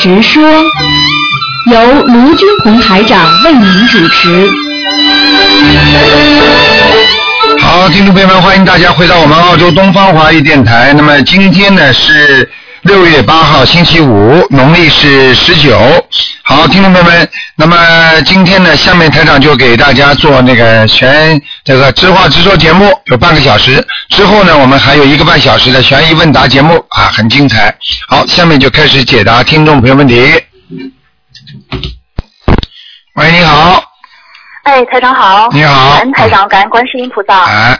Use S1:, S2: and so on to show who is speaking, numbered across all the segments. S1: 直说，由卢军红台长为您主持。
S2: 好，听众朋友们，欢迎大家回到我们澳洲东方华语电台。那么今天呢是六月八号，星期五，农历是十九。好，听众朋友们，那么今天呢，下面台长就给大家做那个悬这个直话直说节目，有半个小时。之后呢，我们还有一个半小时的悬疑问答节目啊，很精彩。好，下面就开始解答听众朋友问题。喂，你好，
S3: 哎，台长好。
S2: 你好
S3: 感恩哎台长，感恩观世音菩萨。
S2: 哎，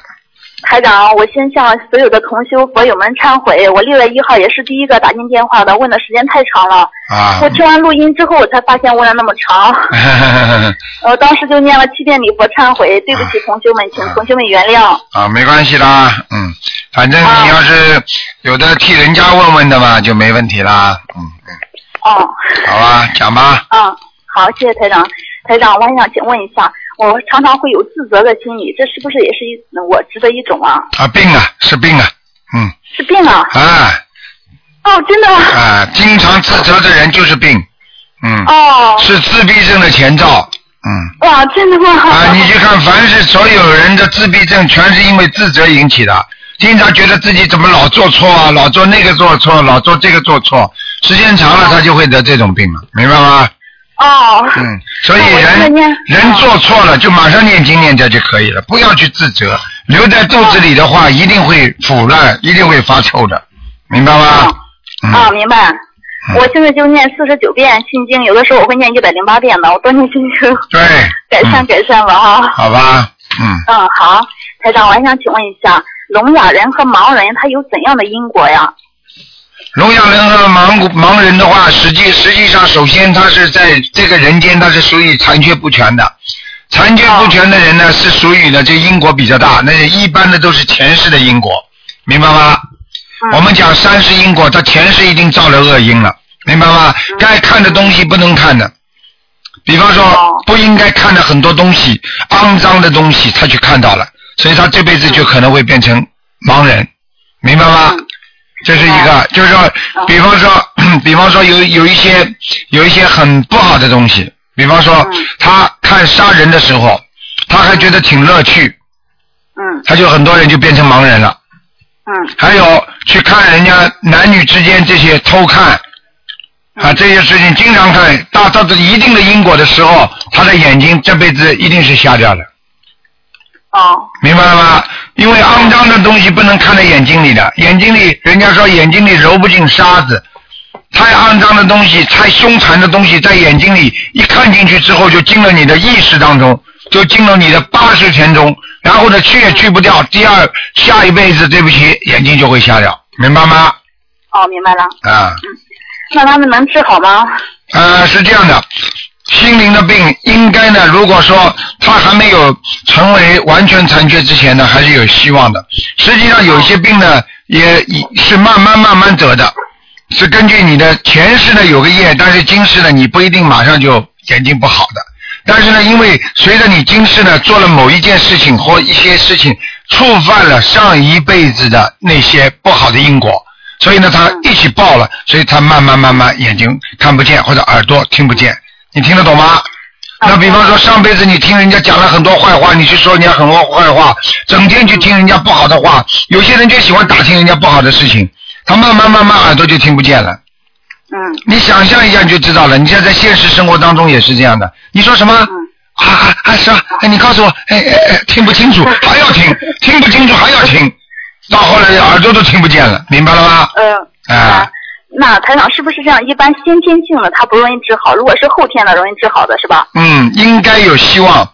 S3: 台长，我先向所有的同修佛友们忏悔，我六月一号也是第一个打进电话的，问的时间太长了。
S2: 啊
S3: 我，听完录音之后，我才发现问了那么长，我当时就念了七遍礼佛忏悔，对不起同修们，请同修们原谅。
S2: 啊，没关系啦，嗯，反正你要是有的替人家问问的嘛，就没问题啦，嗯，
S3: 哦，
S2: 好吧，讲吧，
S3: 嗯，好，谢谢台长。台长，我还想请问一下，我常常会有自责的心理，这是不是也是一我执的一种啊？
S2: 啊，病啊，是病啊，嗯，
S3: 是病啊？
S2: 啊
S3: 哦，真的啊？
S2: 啊，经常自责的人就是病，嗯，
S3: 哦，
S2: 是自闭症的前兆，嗯，
S3: 哇，真的吗？
S2: 啊，你去看，凡是所有人的自闭症，全是因为自责引起的，经常觉得自己怎么老做错啊，老做那个做错，老做这个做错，时间长了他就会得这种病了，明白吗？
S3: 哦，
S2: 嗯，所以
S3: 那我哦现在
S2: 人
S3: 念
S2: 人做错了就马上念经念掉就可以了，不要去自责。留在肚子里的
S3: 哦
S2: 话，一定会腐烂，一定会发臭的，明白吗？嗯
S3: 啊，明白。
S2: 嗯
S3: 我现在就念四十九遍心经，有的时候我会念一百零八遍的，我多念心经，
S2: 对，
S3: 改善
S2: 嗯
S3: 改善吧哈。
S2: 好吧，嗯，
S3: 嗯，好，台长，我还想请问一下，聋哑人和盲人他有怎样的因果呀？
S2: 聋哑人和盲古盲人的话，实际实际上，首先他是在这个人间，他是属于残缺不全的。残缺不全的人呢，是属于呢这因果比较大，那一般的都是前世的因果，明白吗？
S3: 嗯
S2: 我们讲三世因果，他前世已经造了恶因了，明白吗？
S3: 嗯
S2: 该看的东西不能看的，比方说
S3: 哦
S2: 不应该看的很多东西，肮脏的东西他去看到了，所以他这辈子就可能会变成盲人，明白吗？
S3: 嗯
S2: 这是一个，啊就是说，比方说， 比方说有有一些有一些很不好的东西，比方说
S3: 嗯
S2: 他看杀人的时候，他还觉得挺乐趣，
S3: 嗯
S2: 他就很多人就变成盲人了。
S3: 嗯
S2: 还有去看人家男女之间这些偷看啊这些事情，经常看达到一定的因果的时候，他的眼睛这辈子一定是瞎掉的，
S3: 哦
S2: 明白了吗？因为肮脏的东西不能看在眼睛里的，眼睛里人家说眼睛里揉不进沙子，太肮脏的东西、太凶残的东西，在眼睛里一看进去之后，就进了你的意识当中，就进了你的八识田中，然后呢去也去不掉，第二下一辈子对不起，眼睛就会瞎掉，明白吗？
S3: 哦，明白了。
S2: 啊，
S3: 那他们能治好吗？
S2: 呃，是这样的，心灵的病应该呢，如果说他还没有成为完全残缺之前呢，还是有希望的。实际上有些病呢，也也是慢慢慢慢得的，是根据你的前世呢有个业，但是今世呢你不一定马上就眼睛不好的。但是呢，因为随着你今世呢做了某一件事情或一些事情，触犯了上一辈子的那些不好的因果，所以呢，他一起爆了，所以他慢慢慢慢眼睛看不见或者耳朵听不见，你听得懂吗？那比方说上辈子你听人家讲了很多坏话，你去说人家很多坏话，整天去听人家不好的话，有些人就喜欢打听人家不好的事情，他慢慢慢慢耳朵就听不见了。
S3: 嗯
S2: 你想象一下你就知道了。你现在在现实生活当中也是这样的。你说什么？啊啊啊！是吧？哎，你告诉我，哎哎哎，听不清楚，还要听，听不清楚还要听，到后来耳朵都听不见了，明白了吗？
S3: 嗯。
S2: 啊，
S3: 那台长是不是这样？一般先天性的他不容易治好，如果是后天的容易治好的是吧？
S2: 嗯，应该有希望。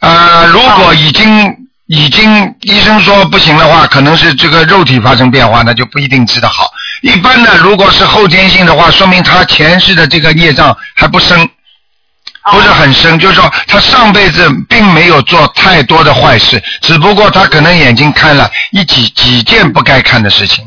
S2: 呃，如果已经已经医生说不行的话，可能是这个肉体发生变化，那就不一定治得好。一般呢，如果是后天性的话，说明他前世的这个业障还不深，
S3: 哦
S2: 不是很深，就是说他上辈子并没有做太多的坏事，只不过他可能眼睛看了一几几件不该看的事情。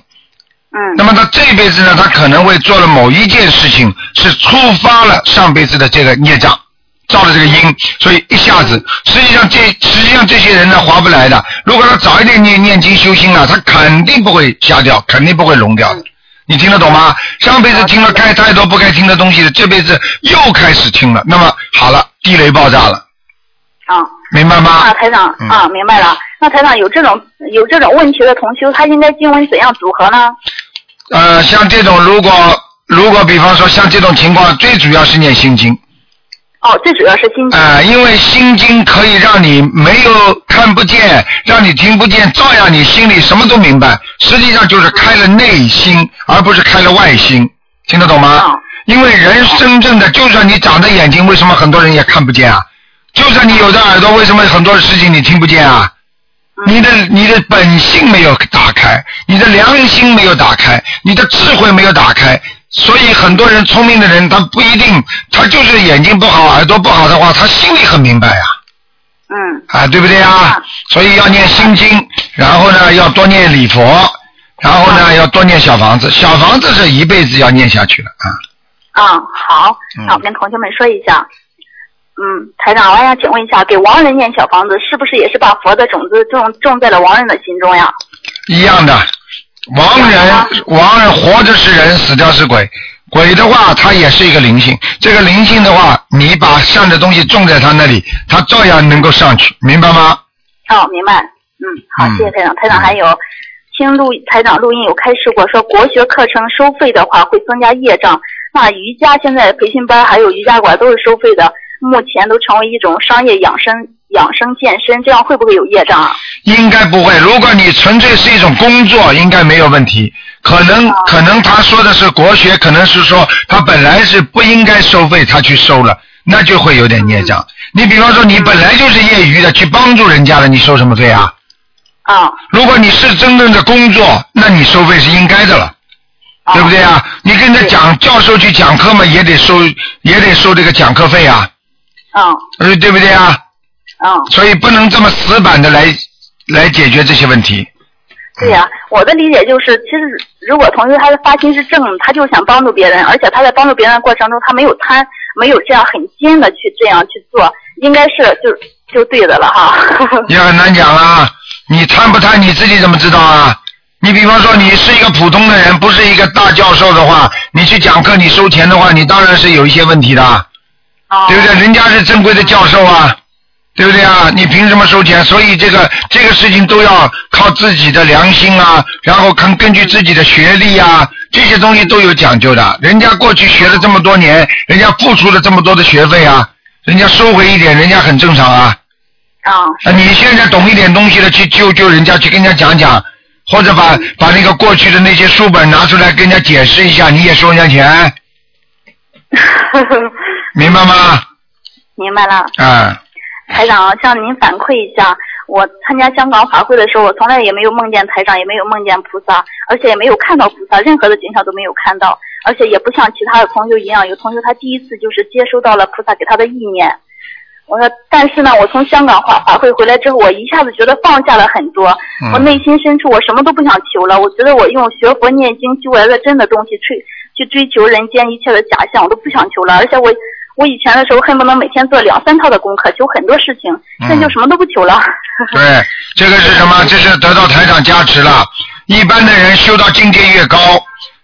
S3: 嗯
S2: 那么他这辈子呢，他可能会做了某一件事情，是触发了上辈子的这个孽障，造了这个因，所以一下子，实际上这实际上这些人呢划不来的。如果他早一点念念经修心啊，他肯定不会瞎掉，肯定不会聋掉的。你听得懂吗？上辈子听了该太多不该听的东西了，这辈子又开始听了，那么好了，地雷爆炸了，
S3: 啊。
S2: 明白吗？
S3: 啊，台长
S2: 嗯
S3: 啊，明白了。那台长有这种有这种问题的同修，他应该经文怎样组合呢？
S2: 呃，像这种如果如果比方说像这种情况，最主要是念心经。
S3: 哦，最主要是心经。
S2: 啊、因为心经可以让你没有看不见，让你听不见，照样你心里什么都明白。实际上就是开了内心，而不是开了外心，听得懂吗
S3: 嗯？
S2: 因为人真正的，就算你长着眼睛，为什么很多人也看不见啊？就算你有着耳朵，为什么很多事情你听不见啊？你的你的本性没有打开，你的良心没有打开，你的智慧没有打开，所以很多人聪明的人，他不一定，他就是眼睛不好，耳朵不好的话，他心里很明白呀、
S3: 嗯，
S2: 啊，对不对啊
S3: 啊？
S2: 所以要念心经，然后呢要多念礼佛，然后呢要多念小房子，小房子是一辈子要念下去了啊。
S3: 啊，好
S2: 嗯，
S3: 那我跟同学们说一下。嗯，台长，我想请问一下，给亡人念小房子，是不是也是把佛的种子种种在了亡人的心中呀？
S2: 一样的，亡人亡人活着是人，死掉是鬼。鬼的话，它也是一个灵性。这个灵性的话，你把善的东西种在他那里，他照样能够上去，明白吗？
S3: 哦，明白。嗯，好，
S2: 嗯
S3: 谢谢台长。台长还有，听录台长录音有开示过，说国学课程收费的话会增加业障。那瑜伽现在培训班还有瑜伽馆都是收费的，目前都成为一种商业养生、养生健身，这样会不会有业障啊？
S2: 应该不会。如果你纯粹是一种工作，应该没有问题。可能
S3: 哦
S2: 可能他说的是国学，可能是说他本来是不应该收费，他去收了，那就会有点孽障。你比方说，你本来就是业余的，去帮助人家的，你收什么费啊？
S3: 啊，
S2: 如果你是真正的工作，那你收费是应该的了，
S3: 啊
S2: 对不对？啊？你跟人家讲教授去讲课嘛，也得收也得收这个讲课费啊，
S3: 嗯
S2: 呃，对不对啊？
S3: 嗯，
S2: 所以不能这么死板的来来解决这些问题。
S3: 对呀、我的理解就是，其实如果同学他的发心是正的，他就是想帮助别人，而且他在帮助别人的过程中，他没有贪，没有这样很精的去这样去做，应该是就就对的了哈。
S2: 也很难讲啦。你贪不贪你自己怎么知道啊？你比方说你是一个普通的人，不是一个大教授的话，你去讲课你收钱的话，你当然是有一些问题的，啊
S3: 哦
S2: 对不对？人家是正规的教授啊，对不对啊？你凭什么收钱？所以这个这个事情都要靠自己的良心啊，然后看根据自己的学历啊，这些东西都有讲究的。人家过去学了这么多年，人家付出了这么多的学费啊，人家收回一点，人家很正常啊。
S3: 啊、
S2: 啊，你现在懂一点东西了，去救救人家，去跟人家讲讲，或者把把那个过去的那些书本拿出来跟人家解释一下，你也收人家钱，明白吗？
S3: 哦 明白了，
S2: 啊、
S3: 台长，向您反馈一下，我参加香港法会的时候，我从来也没有梦见台长，也没有梦见菩萨，而且也没有看到菩萨，任何的景象都没有看到，而且也不像其他的同学一样，有同学他第一次就是接收到了菩萨给他的意念。我说，但是呢，我从香港法法会回来之后，我一下子觉得放下了很多，
S2: 嗯
S3: 我内心深处我什么都不想求了，我觉得我用学佛念经修来的真的东西去去追求人间一切的假象，我都不想求了。而且我我以前的时候恨不能每天做两三套的功课，求很多事情，
S2: 嗯
S3: 现在就什么都不求了。 嗯
S2: 对，这个是什么？这是得到台长加持了。一般的人修到境界越高，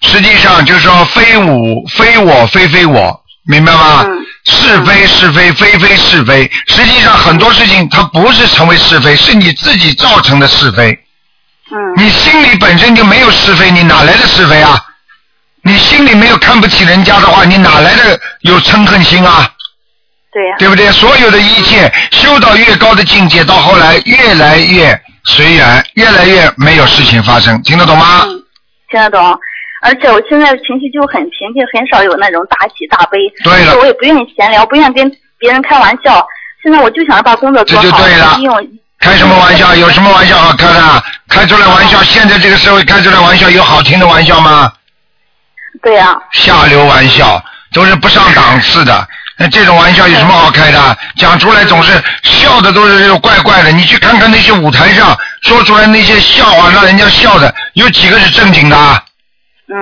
S2: 实际上就是说非我非我非非我，明白吗？
S3: 嗯
S2: 是非是非非非是非，实际上很多事情它不是成为是非，是你自己造成的是非。
S3: 嗯
S2: 你心里本身就没有是非，你哪来的是非啊？你心里没有看不起人家的话，你哪来的有嗔恨心啊？
S3: 对呀、
S2: 对不对？所有的一切修到越高的境界，到后来越来越随缘，越来越没有事情发生，听得懂吗？
S3: 嗯听得懂。而且我现在情绪就很平静，很少有那种大喜大悲。
S2: 对了
S3: 我也不愿意闲聊，不愿意跟别人开玩笑。现在我就想着把工作做好，
S2: 这就对了
S3: 利用
S2: 开什么玩笑？有什么玩笑好开的啊？开出来玩笑，现在这个社会开出来玩笑有好听的玩笑吗？
S3: 对呀、
S2: 下流玩笑，都是不上档次的。那这种玩笑有什么好开的？啊讲出来总是笑的都是这种怪怪的。你去看看那些舞台上说出来那些笑话，让人家笑的，有几个是正经的啊？
S3: 嗯，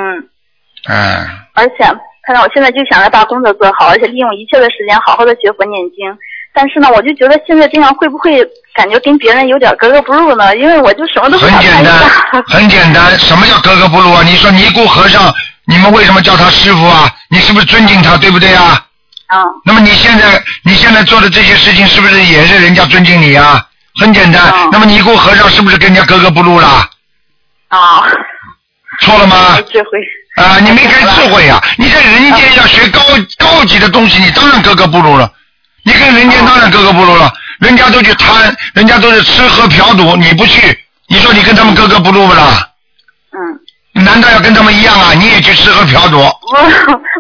S2: 嗯，
S3: 而且看到我现在就想着把工作做好，而且利用一切的时间好好的学佛念经。但是呢，我就觉得现在这样会不会感觉跟别人有点格格不入呢？因为我就什么都不
S2: 很
S3: 想
S2: 简
S3: 参
S2: 单
S3: 加。，
S2: 很简单。什么叫格格不入啊？你说尼姑和尚，你们为什么叫他师傅啊？你是不是尊敬他，对不对啊？
S3: 嗯
S2: 那么你现在你现在做的这些事情，是不是也是人家尊敬你啊？很简单。
S3: 哦
S2: 那么尼姑和尚是不是跟人家格格不入啦？
S3: 啊，
S2: 错了吗
S3: 没？智慧。
S2: 啊、你没开智慧啊！你在人间要学高高级的东西，你当然格格不入了。你跟人间当然格格不入了，人家都去贪，人家都是吃喝嫖赌，你不去，你说你跟他们格格不入不啦？
S3: 嗯，
S2: 难道要跟他们一样啊？你也去吃喝嫖赌，
S3: 我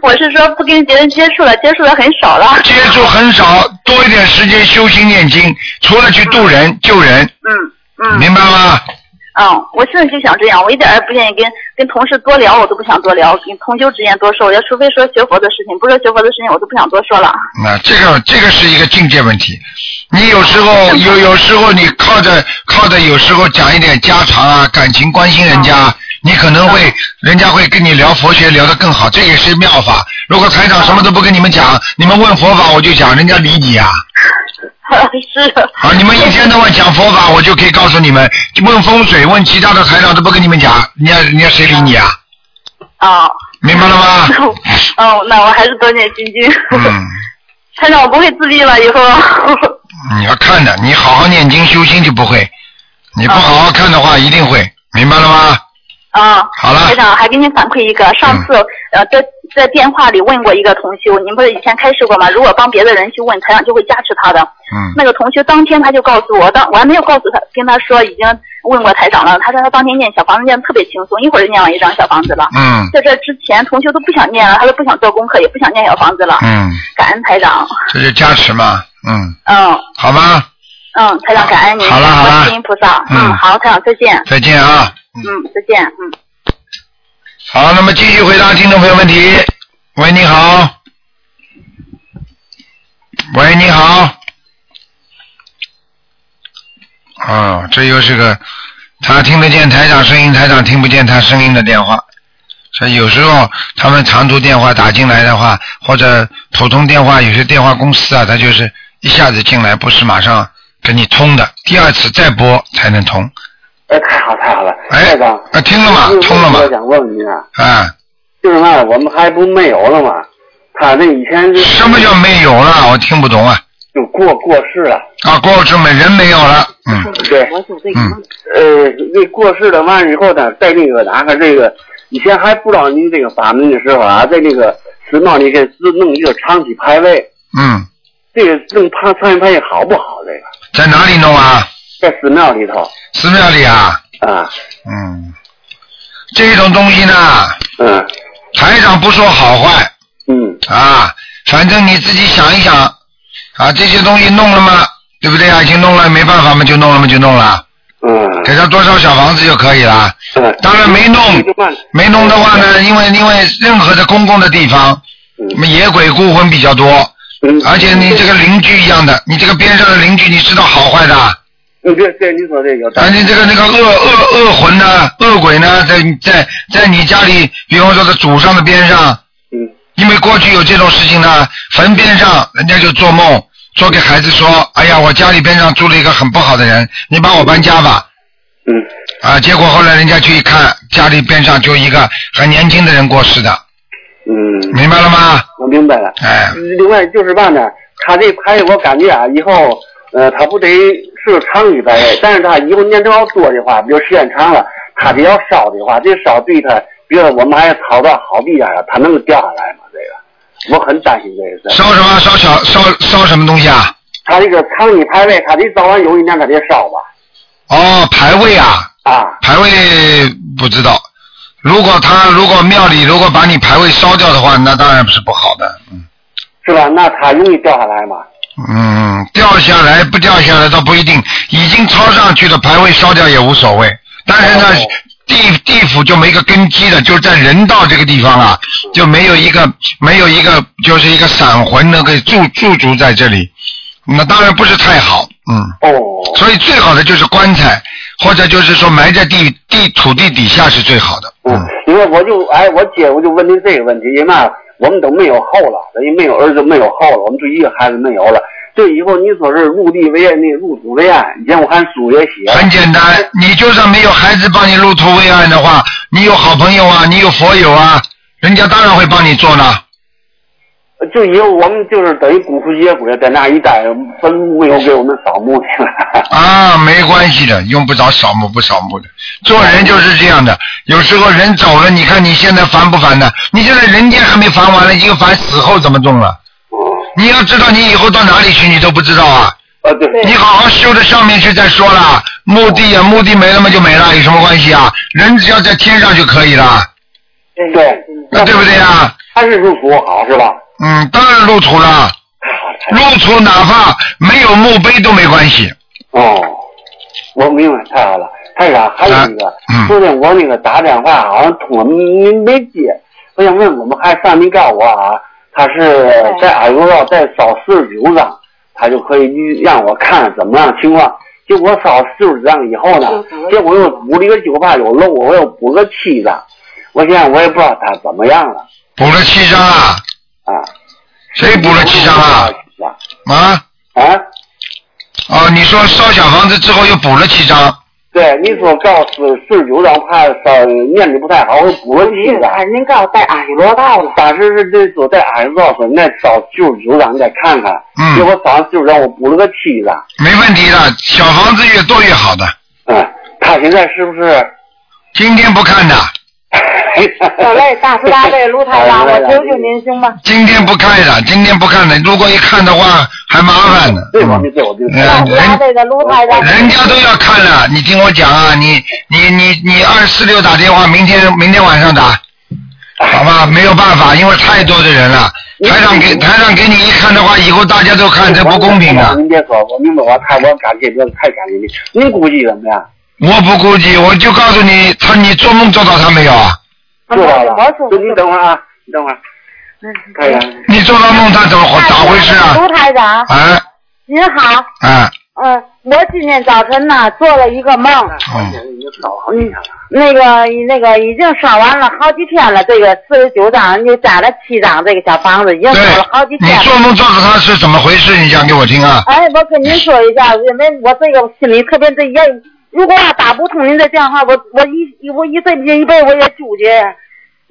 S3: 我是说不跟别人接触了，接触的很少了。
S2: 接触很少，多一点时间修心念经，除了去度人救人，
S3: 嗯嗯
S2: 明白吗？
S3: 嗯，我现在就想这样，我一点儿也不愿意跟跟同事多聊，我都不想多聊，跟同修之间多说，我要除非说学佛的事情，不说学佛的事情，我都不想多说了。
S2: 那这个这个是一个境界问题。你有时候有有时候你靠着靠着，有时候讲一点家常啊，感情关心人家，你可能会人家会跟你聊佛学聊得更好，这也是妙法。如果台长什么都不跟你们讲，你们问佛法我就讲，人家理你啊。
S3: 是，
S2: 啊，你们一天到晚讲佛法，我就可以告诉你们，问风水问其他的台长都不跟你们讲，人家人家谁理你啊？
S3: 啊、
S2: 明白了吗？
S3: 那我 哦，那我还是多念心经。
S2: 嗯，
S3: 他让我不会自闭了以后。
S2: 你要看的，你好好念经修心就不会，你不好好看的话一定会，明白了吗？
S3: 啊，
S2: 好了
S3: 台长还给您反馈一个，上次、
S2: 嗯
S3: 呃在在电话里问过一个同修，您不是以前开示过吗？如果帮别的人去问，台长就会加持他的。
S2: 嗯，
S3: 那个同学当天他就告诉我，当我还没有告诉他，跟他说已经问过台长了。他说他当天念小房子念得特别轻松，一会儿就念完一张小房子了。
S2: 嗯
S3: 在这之前，同学都不想念了，他都不想做功课，也不想念小房子了。
S2: 嗯，
S3: 感恩台长，
S2: 这就加持嘛，嗯，
S3: 嗯
S2: 好吧，
S3: 嗯，台长感恩您，
S2: 好了好了
S3: 观世音菩萨。
S2: 嗯
S3: 嗯，好，台长再见。
S2: 再见啊。嗯，
S3: 嗯，再见。嗯，
S2: 好，那么继续回答听众朋友问题。喂，你好。喂，你好。哦，这又是个他听得见台长声音，台长听不见他声音的电话。所以有时候他们长途电话打进来的话，或者普通电话，有些电话公司啊，他就是一下子进来，不是马上给你通的，第二次再拨才能通。
S4: 哎，太好太好了，
S2: 哎
S4: 台长，，
S2: 啊，听了吗？通了吗
S4: 我？想问您啊，
S2: 啊、
S4: 就是那我们还不没有了吗？他那以前是
S2: 什么叫没有了？我听不懂啊！
S4: 就过过世了？
S2: 啊，过去没人没有了，嗯
S4: 对，
S2: 嗯，
S4: 呃，那过世了完了以后呢，在那个哪个这个以前还不知道您这个法门的时候啊，在那个寺庙里给自弄一个长期牌位，
S2: 嗯，
S4: 这个弄长长期牌位好不好？这个
S2: 在哪里弄啊？
S4: 在寺庙里头
S2: 寺庙里啊，
S4: 啊，
S2: 嗯，这种东西呢，
S4: 嗯
S2: 台长不说好坏
S4: 嗯
S2: 啊，反正你自己想一想啊，这些东西弄了嘛，对不对啊？已经弄了，没办法嘛，就弄了嘛，就弄了，
S4: 嗯
S2: 给他多少小房子就可以了。
S4: 嗯，
S2: 当然没弄
S4: 一直办
S2: 没弄的话呢，因为因为任何的公共的地方，
S4: 嗯
S2: 野鬼孤魂比较多，
S4: 嗯，
S2: 而且你这个邻居一样的，你这个边上的邻居，你知道好坏的啊，
S4: 你这这嗯你说这有道
S2: 啊
S4: 理，
S2: 你这个那个恶恶恶魂呢、恶鬼呢，在在在你家里，比方说在祖上的边上，
S4: 嗯
S2: 因为过去有这种事情呢，坟边上人家就做梦，说给孩子说，哎呀，我家里边上住了一个很不好的人，你把我搬家吧，
S4: 嗯。
S2: 啊，结果后来人家去一看，家里边上就一个很年轻的人过世的，
S4: 嗯，
S2: 明白了吗？
S4: 我明白了。
S2: 哎，
S4: 另外就是嘛呢，他这牌我感觉啊，以后呃，他不得是长期牌位，但是他以后年头要多的话，比如时间长了，他这要烧的话，这烧对他，比如我们还炒到好地点了，他能掉下来吗？这个我很担心这个事儿。
S2: 烧什么烧小烧烧什么东西啊？
S4: 他这个长期牌位，他得早晚有一年他得烧吧？
S2: 哦，牌位啊，
S4: 啊，
S2: 牌位不知道。如果他如果庙里如果把你牌位烧掉的话，那当然不是不好的。
S4: 是吧？那他容易掉下来吗？
S2: 嗯，掉下来不掉下来倒不一定，已经抄上去的牌位烧掉也无所谓。但是呢
S4: 哦，
S2: 地地府就没个根基了，就在人道这个地方啊，就没有一个没有一个就是一个散魂能够驻驻足在这里，那当然不是太好。嗯，
S4: 哦，
S2: 所以最好的就是棺材，或者就是说埋在地地土地底下是最好的。嗯
S4: 嗯，因为我就哎，我姐我就问您这个问题，因为嘛，我们都没有后了，等于没有儿子，没有后了，我们就一个孩子没有了。就以后你所是入地为安，那入土为安。以前我看书也写，
S2: 很简单，你就算没有孩子帮你入土为安的话，你有好朋友啊，你有佛友啊，人家当然会帮你做了。
S4: 就以后我们就是等于骨灰接轨，在那一待，坟墓又给我们扫墓 去了。
S2: 啊，没关系的，用不着扫墓不扫墓的。做人就是这样的，有时候人走了，你看你现在烦不烦呢？你现在人间还没烦完呢，已经烦死后怎么种了？
S4: 哦，
S2: 你要知道你以后到哪里去，你都不知道啊。
S4: 啊对，
S2: 你好好修到上面去再说啦，墓地啊，墓地没了嘛就没了，有什么关系啊？人只要在天上就可以了，
S4: 对，
S2: 那对不对啊？
S4: 他是入土好是吧？
S2: 嗯，当然入土了，
S4: 太好了，太好了
S2: 入土哪怕没有墓碑都没关系。
S4: 哦，我明白，太好了。还有啥？还有一个
S2: 嗯，
S4: 昨天我那个打电话好像通了，您没接。我想问，我们还上您告我啊？他是在耳朵要再烧四十九张，他就可以让我看怎么样情况。结果烧四十张以后呢，结果又补了一个九八九漏，我又补了七张。我现在我也不知道他怎么样了
S2: 补了七张啊？
S4: 啊。
S2: 谁补了七张啊？？啊？
S4: 啊，
S2: 哦，你说烧小房子之后又补了七张，
S4: 对，你说告四四十九张，怕烧念的不太好，我补了七张。
S5: 还是您告诉带阿修罗道了，
S4: 当时哎是这说在俺子说那烧九十九张再看看，
S2: 嗯
S4: 结果烧完九十张我补了个七张，
S2: 没问题的，小房子越多越好的。
S4: 嗯，他现在是不是？
S2: 今天不看的，
S5: 小嘞，呃大慈大悲卢台
S4: 哎
S5: 长，我求求您行吗？
S2: 今天不看的，今天不看的。如果一看的话，还麻烦呢。
S4: 对我就对我就
S2: 嗯
S5: 大慈大悲的卢台长，
S2: 人家都要看了，你听我讲啊，你你你你二四六打电话，明天明天晚上打，好吧？没有办法，因为太多的人了。台长给台长给你一看的话，以后大家都看，这不公平啊！
S4: 您别说，我明白，我太我感谢您，太感谢您。您估计怎么样？
S2: 我不估计，我就告诉你，他你做梦做到他没有啊？
S5: 我
S4: 知道了
S5: 我说，
S4: 就你等会儿啊，你等会儿。
S5: 嗯
S4: 哎呀，
S2: 你做到梦他怎么回咋回事啊？
S5: 卢台长，
S2: 啊
S5: 您好，
S2: 啊
S5: 嗯，我今天早晨呢做了一个梦，
S4: 哎
S2: 嗯，
S4: 已经烧好几天了。
S5: 那个那个已经烧完了好几天了，这个四十九张又加了七张这个小房子，已经烧了好
S2: 对，
S5: 几
S2: 你
S5: 天了。
S2: 做梦做到他是怎么回事？你讲给我听啊！
S5: 哎，我跟您说一下，因为我这个心里特别这要，如果要打不通您的电话，我我一我一辈子一辈子我也纠结，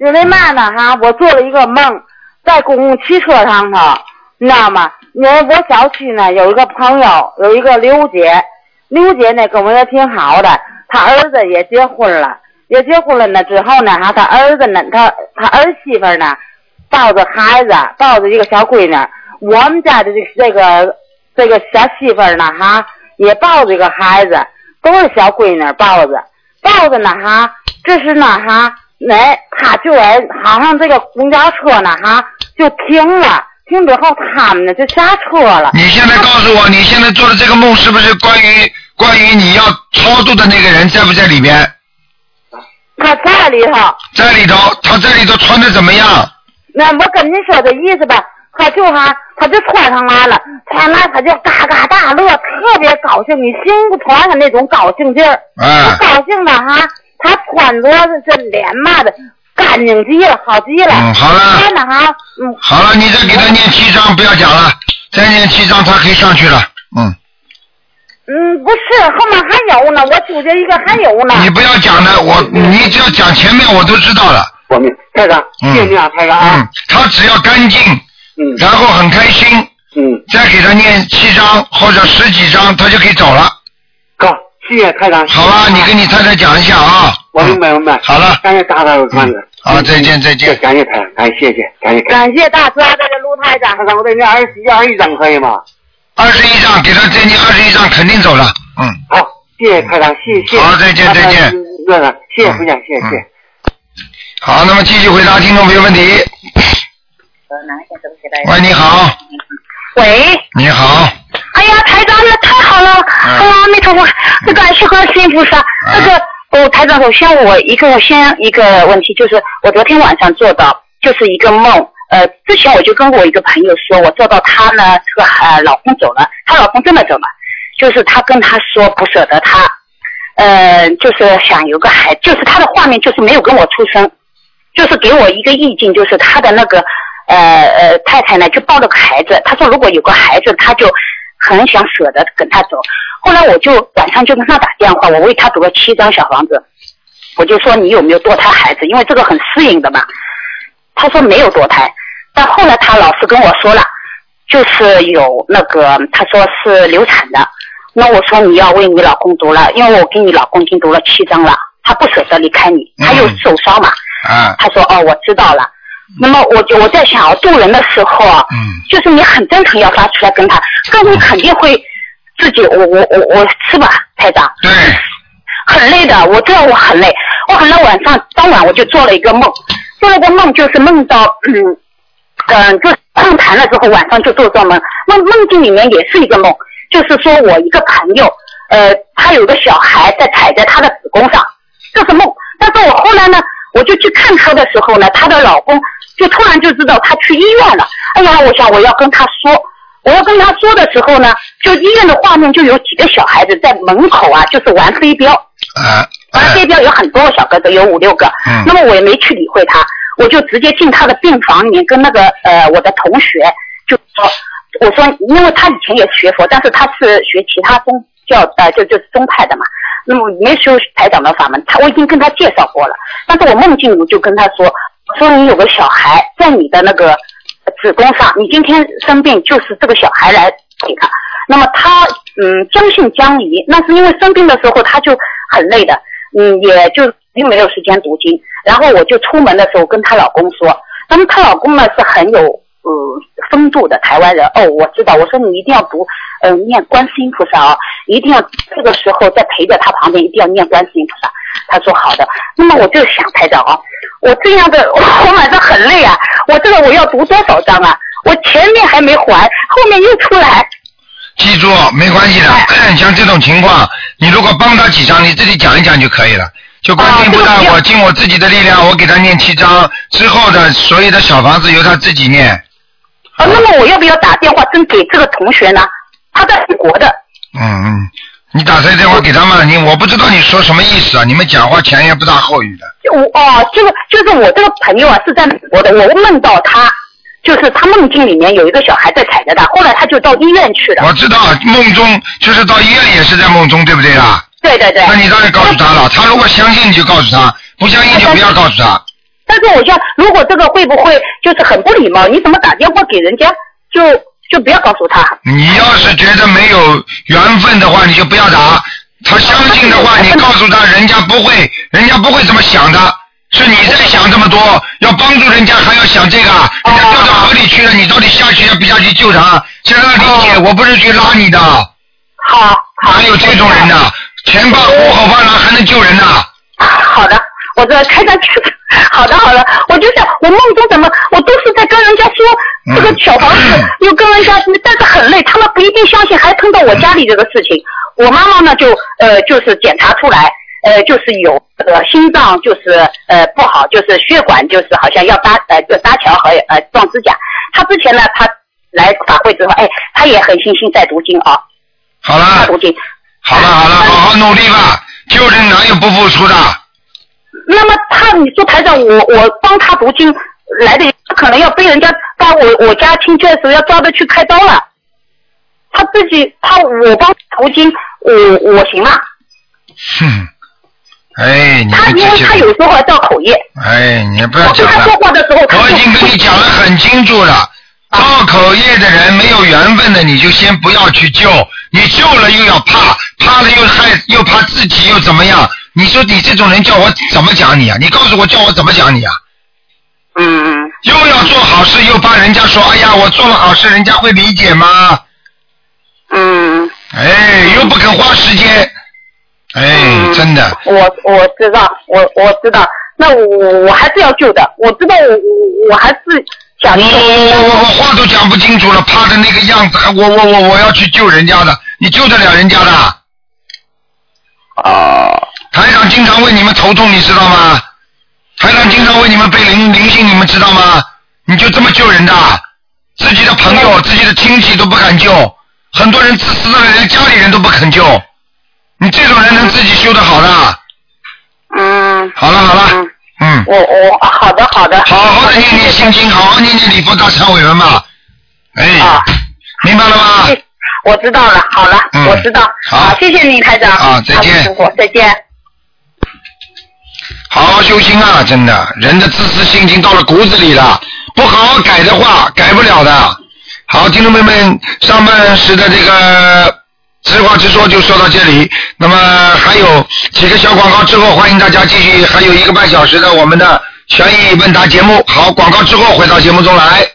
S5: 因为嘛呢哈，我做了一个梦，在公共汽车上头，你知道吗？因为我小区呢有一个朋友，有一个刘姐，刘姐呢跟我也挺好的，她儿子也结婚了，也结婚了呢之后呢，哈，她儿子呢，她她儿媳妇呢，抱着孩子，抱着一个小闺女，我们家的这这个这个小媳妇儿呢，哈，也抱着一个孩子，都是小闺女抱着，抱着呢哈，这是呢哈，那她就哎，好像这个公交车呢哈就停了，停之后他们呢就下车了。
S2: 你现在告诉我，你现在做的这个梦是不是关于关于你要超度的那个人在不在里边？
S5: 他在里头，
S2: 在里头，他在里头穿的怎么样？
S5: 那我跟你说这意思吧，他就哈，他就穿上来了，穿来他就嘎嘎大乐，特别高兴，你听不穿他那种高兴劲儿。
S2: 啊
S5: 他高兴的哈，他穿着这脸嘛的干净极了，好极了。
S2: 嗯，好了
S5: 穿的哈，嗯，
S2: 好了，你再给他念七章，不要讲了，再念七章他可以上去了。嗯，
S5: 嗯，不是，后面还有呢，我纠结一个还有呢。
S2: 你不要讲的，我
S4: 嗯
S2: 你只要讲前面我都知道了。
S4: 我明台长，谢谢您啊，台长
S2: 嗯
S4: 啊，，
S2: 他只要干净，
S4: 嗯
S2: 然后很开心，
S4: 嗯，
S2: 再给他念七章或者十几章，他就可以走了。
S4: 好，谢谢台长。
S2: 好吧，你跟你太太讲一下啊。
S4: 我明白明白。
S2: 好了嗯
S4: 感谢大大的关子。
S2: 好，再见再见。
S4: 感谢台长，感谢谢谢，感谢感谢。
S5: 感谢大慈大悲的卢台长
S4: 台。长，我对您二十一二十一张可以吗？
S2: 二十一张，给他再念二十一张，肯定走了。嗯，
S4: 好，谢谢台长，谢嗯谢。
S2: 好再见再见
S4: 院长，谢谢回见，谢谢。
S2: 嗯好，那么继续回答听众朋友问题。
S3: 呃
S2: 喂，你好，
S3: 喂，
S2: 你好，
S3: 哎呀，台长，那太好了！
S2: 嗯
S3: 哎呀，阿弥陀佛，那感谢观世音菩萨。那个，哦，台长，首先我一个先一个问题，就是我昨天晚上做的，就是一个梦。呃，之前我就跟我一个朋友说，我做到她呢，这个呃老公走了，她老公真的走了，就是她跟她说不舍得她，呃，就是想有个孩，就是她的画面就是没有跟我出生，就是给我一个意境，就是她的那个呃呃太太呢就抱了个孩子，她说如果有个孩子，她就很想舍得跟他走。后来我就晚上就跟他打电话，我为他读了七张小房子，我就说你有没有堕胎孩子，因为这个很适应的嘛。他说没有堕胎，但后来他老师跟我说了，就是有那个他说是流产的。那我说你要为你老公读了，因为我给你老公已经读了七张了，他不舍得离开你，他又
S2: 嗯
S3: 受伤嘛。
S2: 啊，
S3: 他说哦，我知道了。那么我就我在想啊，渡人的时候啊，
S2: 嗯，
S3: 就是你很真诚要发出来跟他，但你肯定会自己我我我我是吧，台长，
S2: 对，
S3: 很累的，我知道我很累，我很累，晚上当晚我就做了一个梦，做了个梦就是梦到嗯嗯、呃就是梦谈了之后晚上就做这梦，梦梦境里面也是一个梦，就是说我一个朋友，呃，他有个小孩在踩在他的子宫上，这是梦。但是我后来呢，我就去看他的时候呢，她的老公就突然就知道她去医院了。哎呀，我想我要跟他说，我要跟他说的时候呢，就医院的画面就有几个小孩子在门口啊，就是玩飞镖，
S2: 啊，
S3: 玩
S2: 啊
S3: 飞镖有很多个小哥哥，有五六个。
S2: 嗯
S3: 那么我也没去理会他，我就直接进他的病房里面跟那个呃我的同学就说，我说因为他以前也学佛，但是他是学其他宗教呃就就是宗派的嘛，那么没修台长的法门，他我已经跟他介绍过了，但是我梦境我就跟他说，我说你有个小孩在你的那个子宫上，你今天生病就是这个小孩来给他。那么他嗯将信将疑，那是因为生病的时候他就很累的，嗯，也就并没有时间读经。然后我就出门的时候跟她老公说，那么她老公呢是很有呃风度的台湾人，哦，我知道，我说你一定要读，嗯、念观世音菩萨啊、一定要这个时候在陪着他旁边，一定要念观世音菩萨。他说好的，那么我就想台长啊，我这样的 我晚上很累啊，我这个我要读多少章啊？我前面还没还，后面又出来，
S2: 记住没关系的，
S3: 哎
S2: 像这种情况，你如果帮他几张，你自己讲一讲就可以了。就观世音菩
S3: 啊
S2: 萨
S3: 这，个不要
S2: 我尽我自己的力量，我给他念七张，之后的所有的小房子由他自己念。
S3: 呃，那么我要不要打电话真给这个同学呢？他在美国的，
S2: 嗯嗯，你打这电话给他们，你我不知道你说什么意思啊？你们讲话前言不搭后语的。
S3: 我哦，这个就是我这个朋友啊是在美国的，我梦到他，就是他梦境里面有一个小孩在踩着他，后来他就到医院去了。
S2: 我知道梦中就是到医院也是在梦中，对不对啊？
S3: 对对对。
S2: 那你当然告诉他了，他如果相信你就告诉他，不相信就不要告诉他。
S3: 但是我想，如果这个会不会就是很不礼貌？你怎么打电话给人家就就不要告诉他？
S2: 你要是觉得没有缘分的话，你就不要打。他相信的话，你告诉他，人家不会，人家不会这么想的。是你在想这么多，要帮助人家，还要想这个，啊人家掉到河里去了，你到底下去要不下去救他？先让他理解，我不是去拉你的，
S3: 哦好，好，
S2: 哪有这种人的？前怕后后怕狼，还能救人呐？
S3: 啊好的，我这开上去。好的好的，我就想我梦中怎么我都是在跟人家说
S2: 嗯
S3: 这个小房子，又跟人家，但是很累，他们不一定相信，还碰到我家里这个事情。我妈妈呢就呃就是检查出来。呃，就是有呃心脏就是呃不好，就是血管就是好像要搭呃就搭桥和呃撞指甲。他之前呢，他来法会之后，哎，他也很信心在读经啊，
S2: 好
S3: 在
S2: 了，
S3: 读经。
S2: 好
S3: 哎
S2: 了，好了，好好努力
S3: 嗯
S2: 吧，救人哪有不付出的？
S3: 那么他，你说台长，我我帮他读经来的，他可能要被人家把我我家亲戚的时候要抓着去开刀了。他自己，他我帮他读经，我我行吗？
S2: 哼，哎，你
S3: 他
S2: 们
S3: 因为
S2: 这
S3: 他
S2: 些
S3: 有
S2: 人，
S3: 时候还造口业，
S2: 哎，你不
S3: 我
S2: 要
S3: 跟
S2: 讲
S3: 他
S2: 了
S3: 说。啊话的时候，他
S2: 我已经跟你讲得很清楚了，造口业的人没有缘分的，你就先不要去救，你救了又要怕，怕了又害，又怕自己又怎么样？你说你这种人叫我怎么讲你啊？你告诉我叫我怎么讲你啊？
S3: 嗯，
S2: 又要做好事，又怕人家说，哎呀，我做了好事，人家会理解吗？
S3: 嗯，
S2: 哎，又不肯花时间，哎，
S3: 嗯
S2: 真的，
S3: 我我知道，我我知道，那我我还是要救的，我知道我我我还是想
S2: 我
S3: 救。
S2: 我我我话都讲不清楚了，怕的那个样子，还哎我我我我要去救人家的，你救得了人家的？
S3: 哦，
S2: 台长经常为你们头痛，你知道吗？台长经常为你们被灵灵性，你们知道吗？你就这么救人的，自己的朋友、自己的亲戚都不敢救，很多人自私的人，连家里人都不肯救。你这种人能自己修得好的？
S3: 嗯。
S2: 好了好了，嗯，
S3: 我我啊好的好的。
S2: 好好的念念心经，好好念念礼佛大忏悔文嘛。哎
S3: 啊，
S2: 明白了吗？
S3: 谢我知道了，好了，
S2: 嗯
S3: 我知道。
S2: 好
S3: 谢谢你台长。
S2: 啊再见
S3: 辛苦，再见。
S2: 好好修心啊，真的，人的自私心已经到了骨子里了，不好好改的话，改不了的。好，听众朋友们，上半时的这个直话直说就说到这里，那么还有几个小广告之后，欢迎大家继续，还有一个半小时的我们的权益问答节目。好，广告之后回到节目中来。